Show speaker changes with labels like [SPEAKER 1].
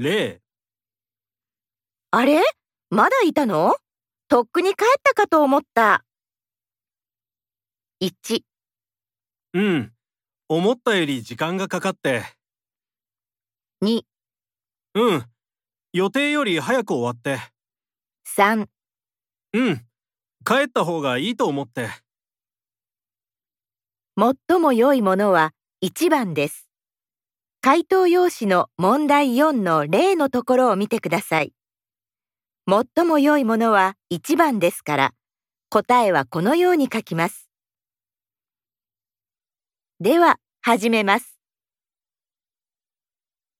[SPEAKER 1] 0
[SPEAKER 2] あれまだいたのとっくに帰ったかと思った。1、
[SPEAKER 1] うん思ったより時間がかかって
[SPEAKER 2] 2、
[SPEAKER 1] うん予定より早く終わって
[SPEAKER 2] 3、
[SPEAKER 1] うん帰った方がいいと思って
[SPEAKER 2] 最も良いものは1番です。回答用紙の問題4の0のところを見てください。最も良いものは1番ですから、答えはこのように書きます。では、始めます。